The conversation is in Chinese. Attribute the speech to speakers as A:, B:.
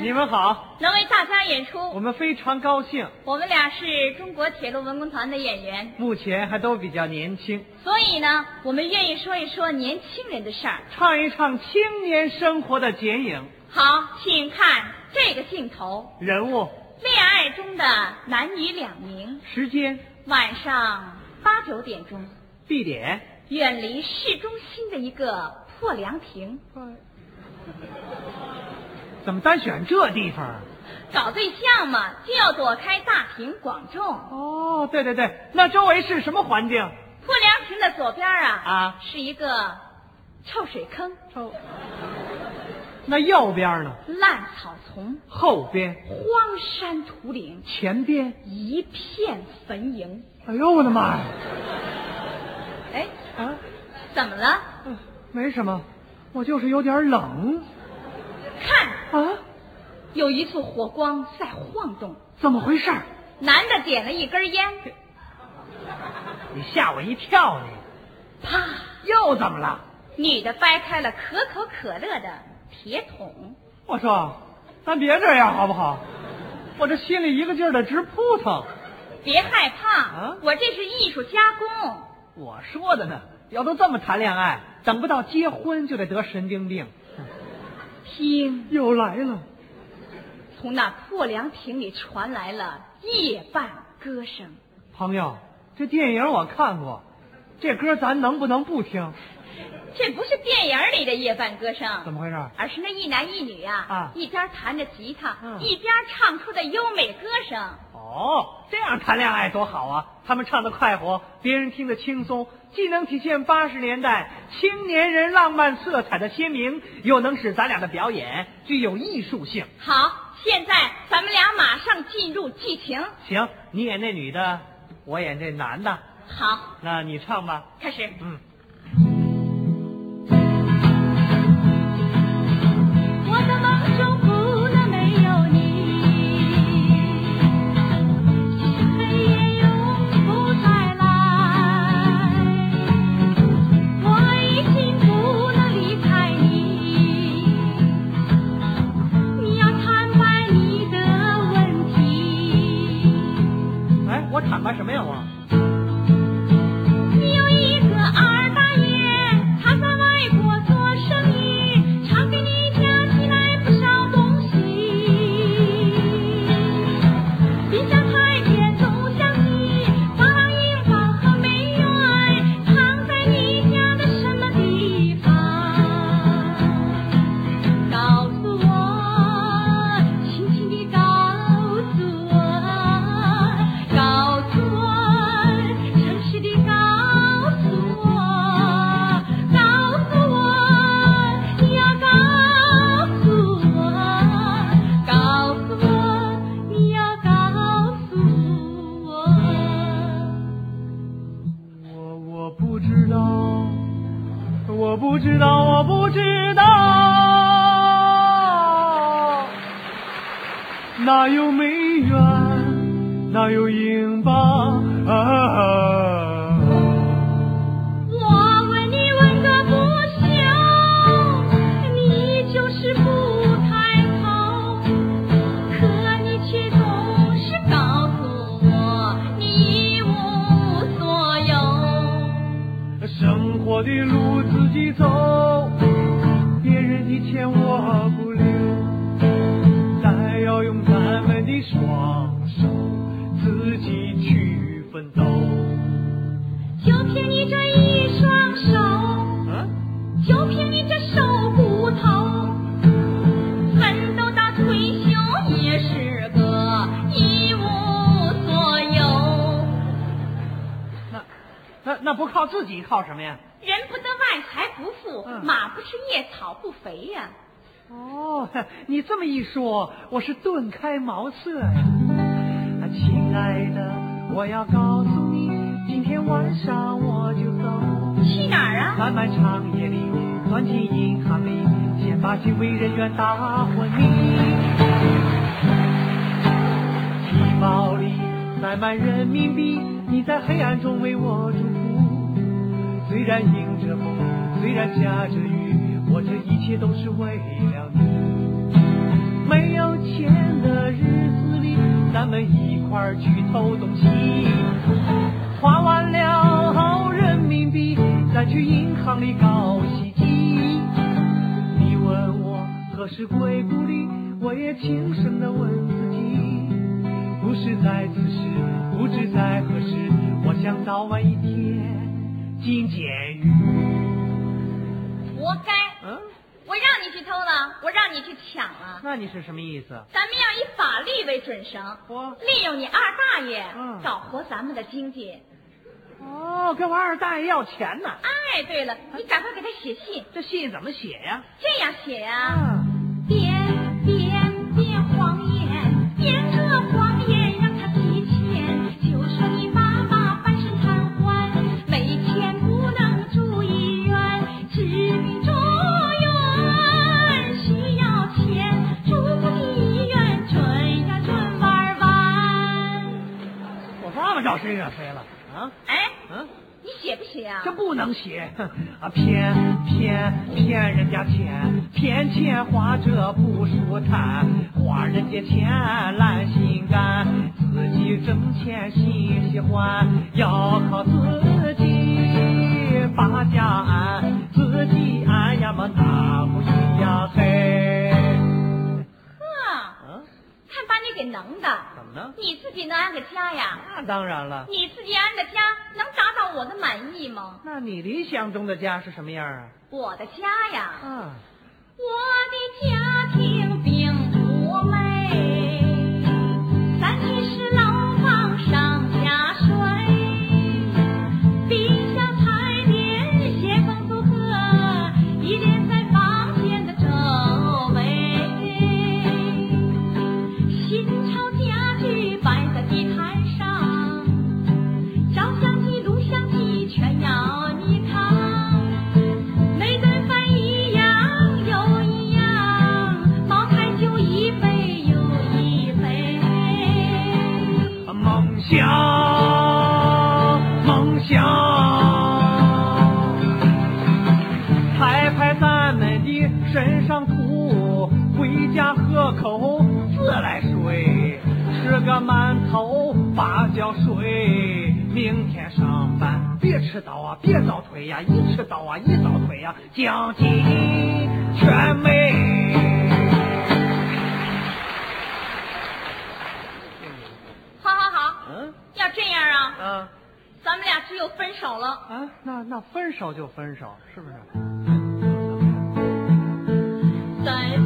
A: 你们好，
B: 能为大家演
A: 我
B: 出。
A: 们非常高兴，
B: 我们俩是中国铁路文工团的演员，
A: 目前还都比较年轻，
B: 所以呢，我们愿意说一说年轻人的事儿。
A: 唱一唱青年生活的剪影，
B: 好，请看这个镜头：
A: 人物、
B: 恋爱中的男女两名，
A: 时间、
B: 晚上八九点钟，
A: 地点。
B: 远离市中心的一个破凉亭，
A: 怎么单选这地方啊？
B: 搞对象嘛，就要躲开大庭广众。
A: 哦，对对对，那周围是什么环境？
B: 破凉亭的左边啊
A: 啊
B: 是一个臭水坑、
A: 臭。那右边呢？
B: 烂草丛、
A: 后边、
B: 荒山土岭，
A: 前边。
B: 一片坟茔。
A: 哎呦我的妈呀！
B: 哎，
A: 啊，
B: 怎么了？
A: 呃没什么，我就是有点冷
B: 看，
A: 啊。
B: 有一束火光在晃动。
A: 怎么回事？
B: 男的点了一根烟，
A: 你吓我一跳！你
B: 啪！
A: 又怎么了？
B: 女的掰开了可口可乐的铁桶。
A: 我说，咱别这样好不好？我这心里一个劲儿的直扑腾。
B: 别害怕，
A: 啊
B: 我这是艺术加工。
A: 我说的呢，要都这么谈恋爱，等不到结婚就得得神经病。
B: 听，
A: 又来了，
B: 从那破凉亭里传来了夜半歌声。
A: 朋友，这电影我看过，这歌咱能不能不听？
B: 这不是电影里的夜半歌声，
A: 怎么回事？
B: 而是那一男一女啊，
A: 啊
B: 一边弹着吉他，
A: 嗯
B: 一边唱出的优美歌声。
A: 哦，这样谈恋爱多好啊！他们唱的快活，别人听得轻松，既能体现八十年代青年人浪漫色彩的鲜明，又能使咱俩的表演具有艺术性。
B: 好，现在咱们俩马上进入剧情。
A: 行，你演那女的，我演这男的，
B: 好，
A: 那你唱吧。
B: 开始。
A: 嗯，
B: 我的梦中不能没有你，黑夜永不再来，我一心不能离开你。你要坦白你的问题，
A: 哎，我坦白什么呀我？
B: 你有一个二大爷，他在外国做生意，常给你家寄来不少东西。别想太远走向你，发了银坊和梅园，藏在你家的什么地方？告诉我，轻轻地告诉我，告诉我，诚实地告诉我，告诉我，你要告诉我，告诉我，你要告诉我。
A: 我我不知道，我不知道，我不知道，哪有美元，哪有英镑啊？
B: 我问你问个不休，你就是不开口，可你却总是告诉我你一无所有。
A: 生活的路自己走，别人的钱我不留。咱要用咱们的双手，自己去奋斗。
B: 就凭你这一双手，
A: 啊，
B: 就凭你这手骨头，奋斗到退休也是个一无所有。
A: 那那那不靠自己，靠什么呀？
B: 人不得外财不富，
A: 嗯
B: 马不吃夜草不肥呀、
A: 哦，你这么一说，我是顿开茅塞呀。啊，亲爱的，我要告诉你，今天晚上我就走。
B: 去哪儿啊？
A: 漫漫长夜里，钻进银行里，先把警卫人员打昏迷。皮包里塞满人民币，你在黑暗中为我祝福。虽然迎着风，虽然下着雨，我这一切都是为了你。没有闲的日子里，咱们一块儿去偷东西。花完了人民币，咱去银行里搞袭击。你问我何时归故里，我也轻声的问自己，不是在此时，不知在何时，我想早晚一天进监狱。
B: 活该！
A: 嗯，
B: 我让你去偷了，我让你去抢了，
A: 那你是什么意思？
B: 咱们要以法律为准绳，
A: 我
B: 利用你二大爷
A: 嗯
B: 搞活咱们的经济。
A: 哦，跟我二大爷要钱呢，
B: 哎，对了，你赶快给他写信，
A: 这信怎么写呀？
B: 这样写呀、
A: 啊，
B: 编编编谎言，编个谎言让他提钱，就说你妈妈半身瘫痪，没钱不能住医院，治病住院需要钱，住过医院转呀转弯弯。
A: 我爸爸找谁惹谁了？啊，
B: 哎，
A: 嗯。
B: 你写不写啊
A: 这？不能写 哼啊！骗骗骗人家钱，骗钱花这不舒坦，花人家钱烂心肝，自己挣钱心喜欢，要靠自己把家安，自己安呀嘛那不是呀嘿？
B: 呵，
A: 啊，
B: 看把你给能的，
A: 怎么呢？
B: 你自己能安个家呀？
A: 那当然了。
B: 你自己安个家能达到我的满意吗？
A: 那你理想中的家是什么样啊？
B: 我的家呀。
A: 啊，
B: 我的家庭并不美，咱只是楼房上下水，冰箱台面写风俗课，依连在房间的周围，新潮家具摆在地毯上，照相机、录像机全要你扛。每顿饭一样又一样，茅台酒一杯又一杯。
A: 梦想，梦想，拍拍咱们的身上土，回家喝口自来水，吃个馒头八角水。明天上班别迟到啊，别早退呀、一迟到啊一早退呀、奖金全没。
B: 好好好，
A: 嗯
B: 要这样啊，
A: 啊
B: 咱们俩只有分手了。
A: 啊，那那分手就分手，是不是？
B: 在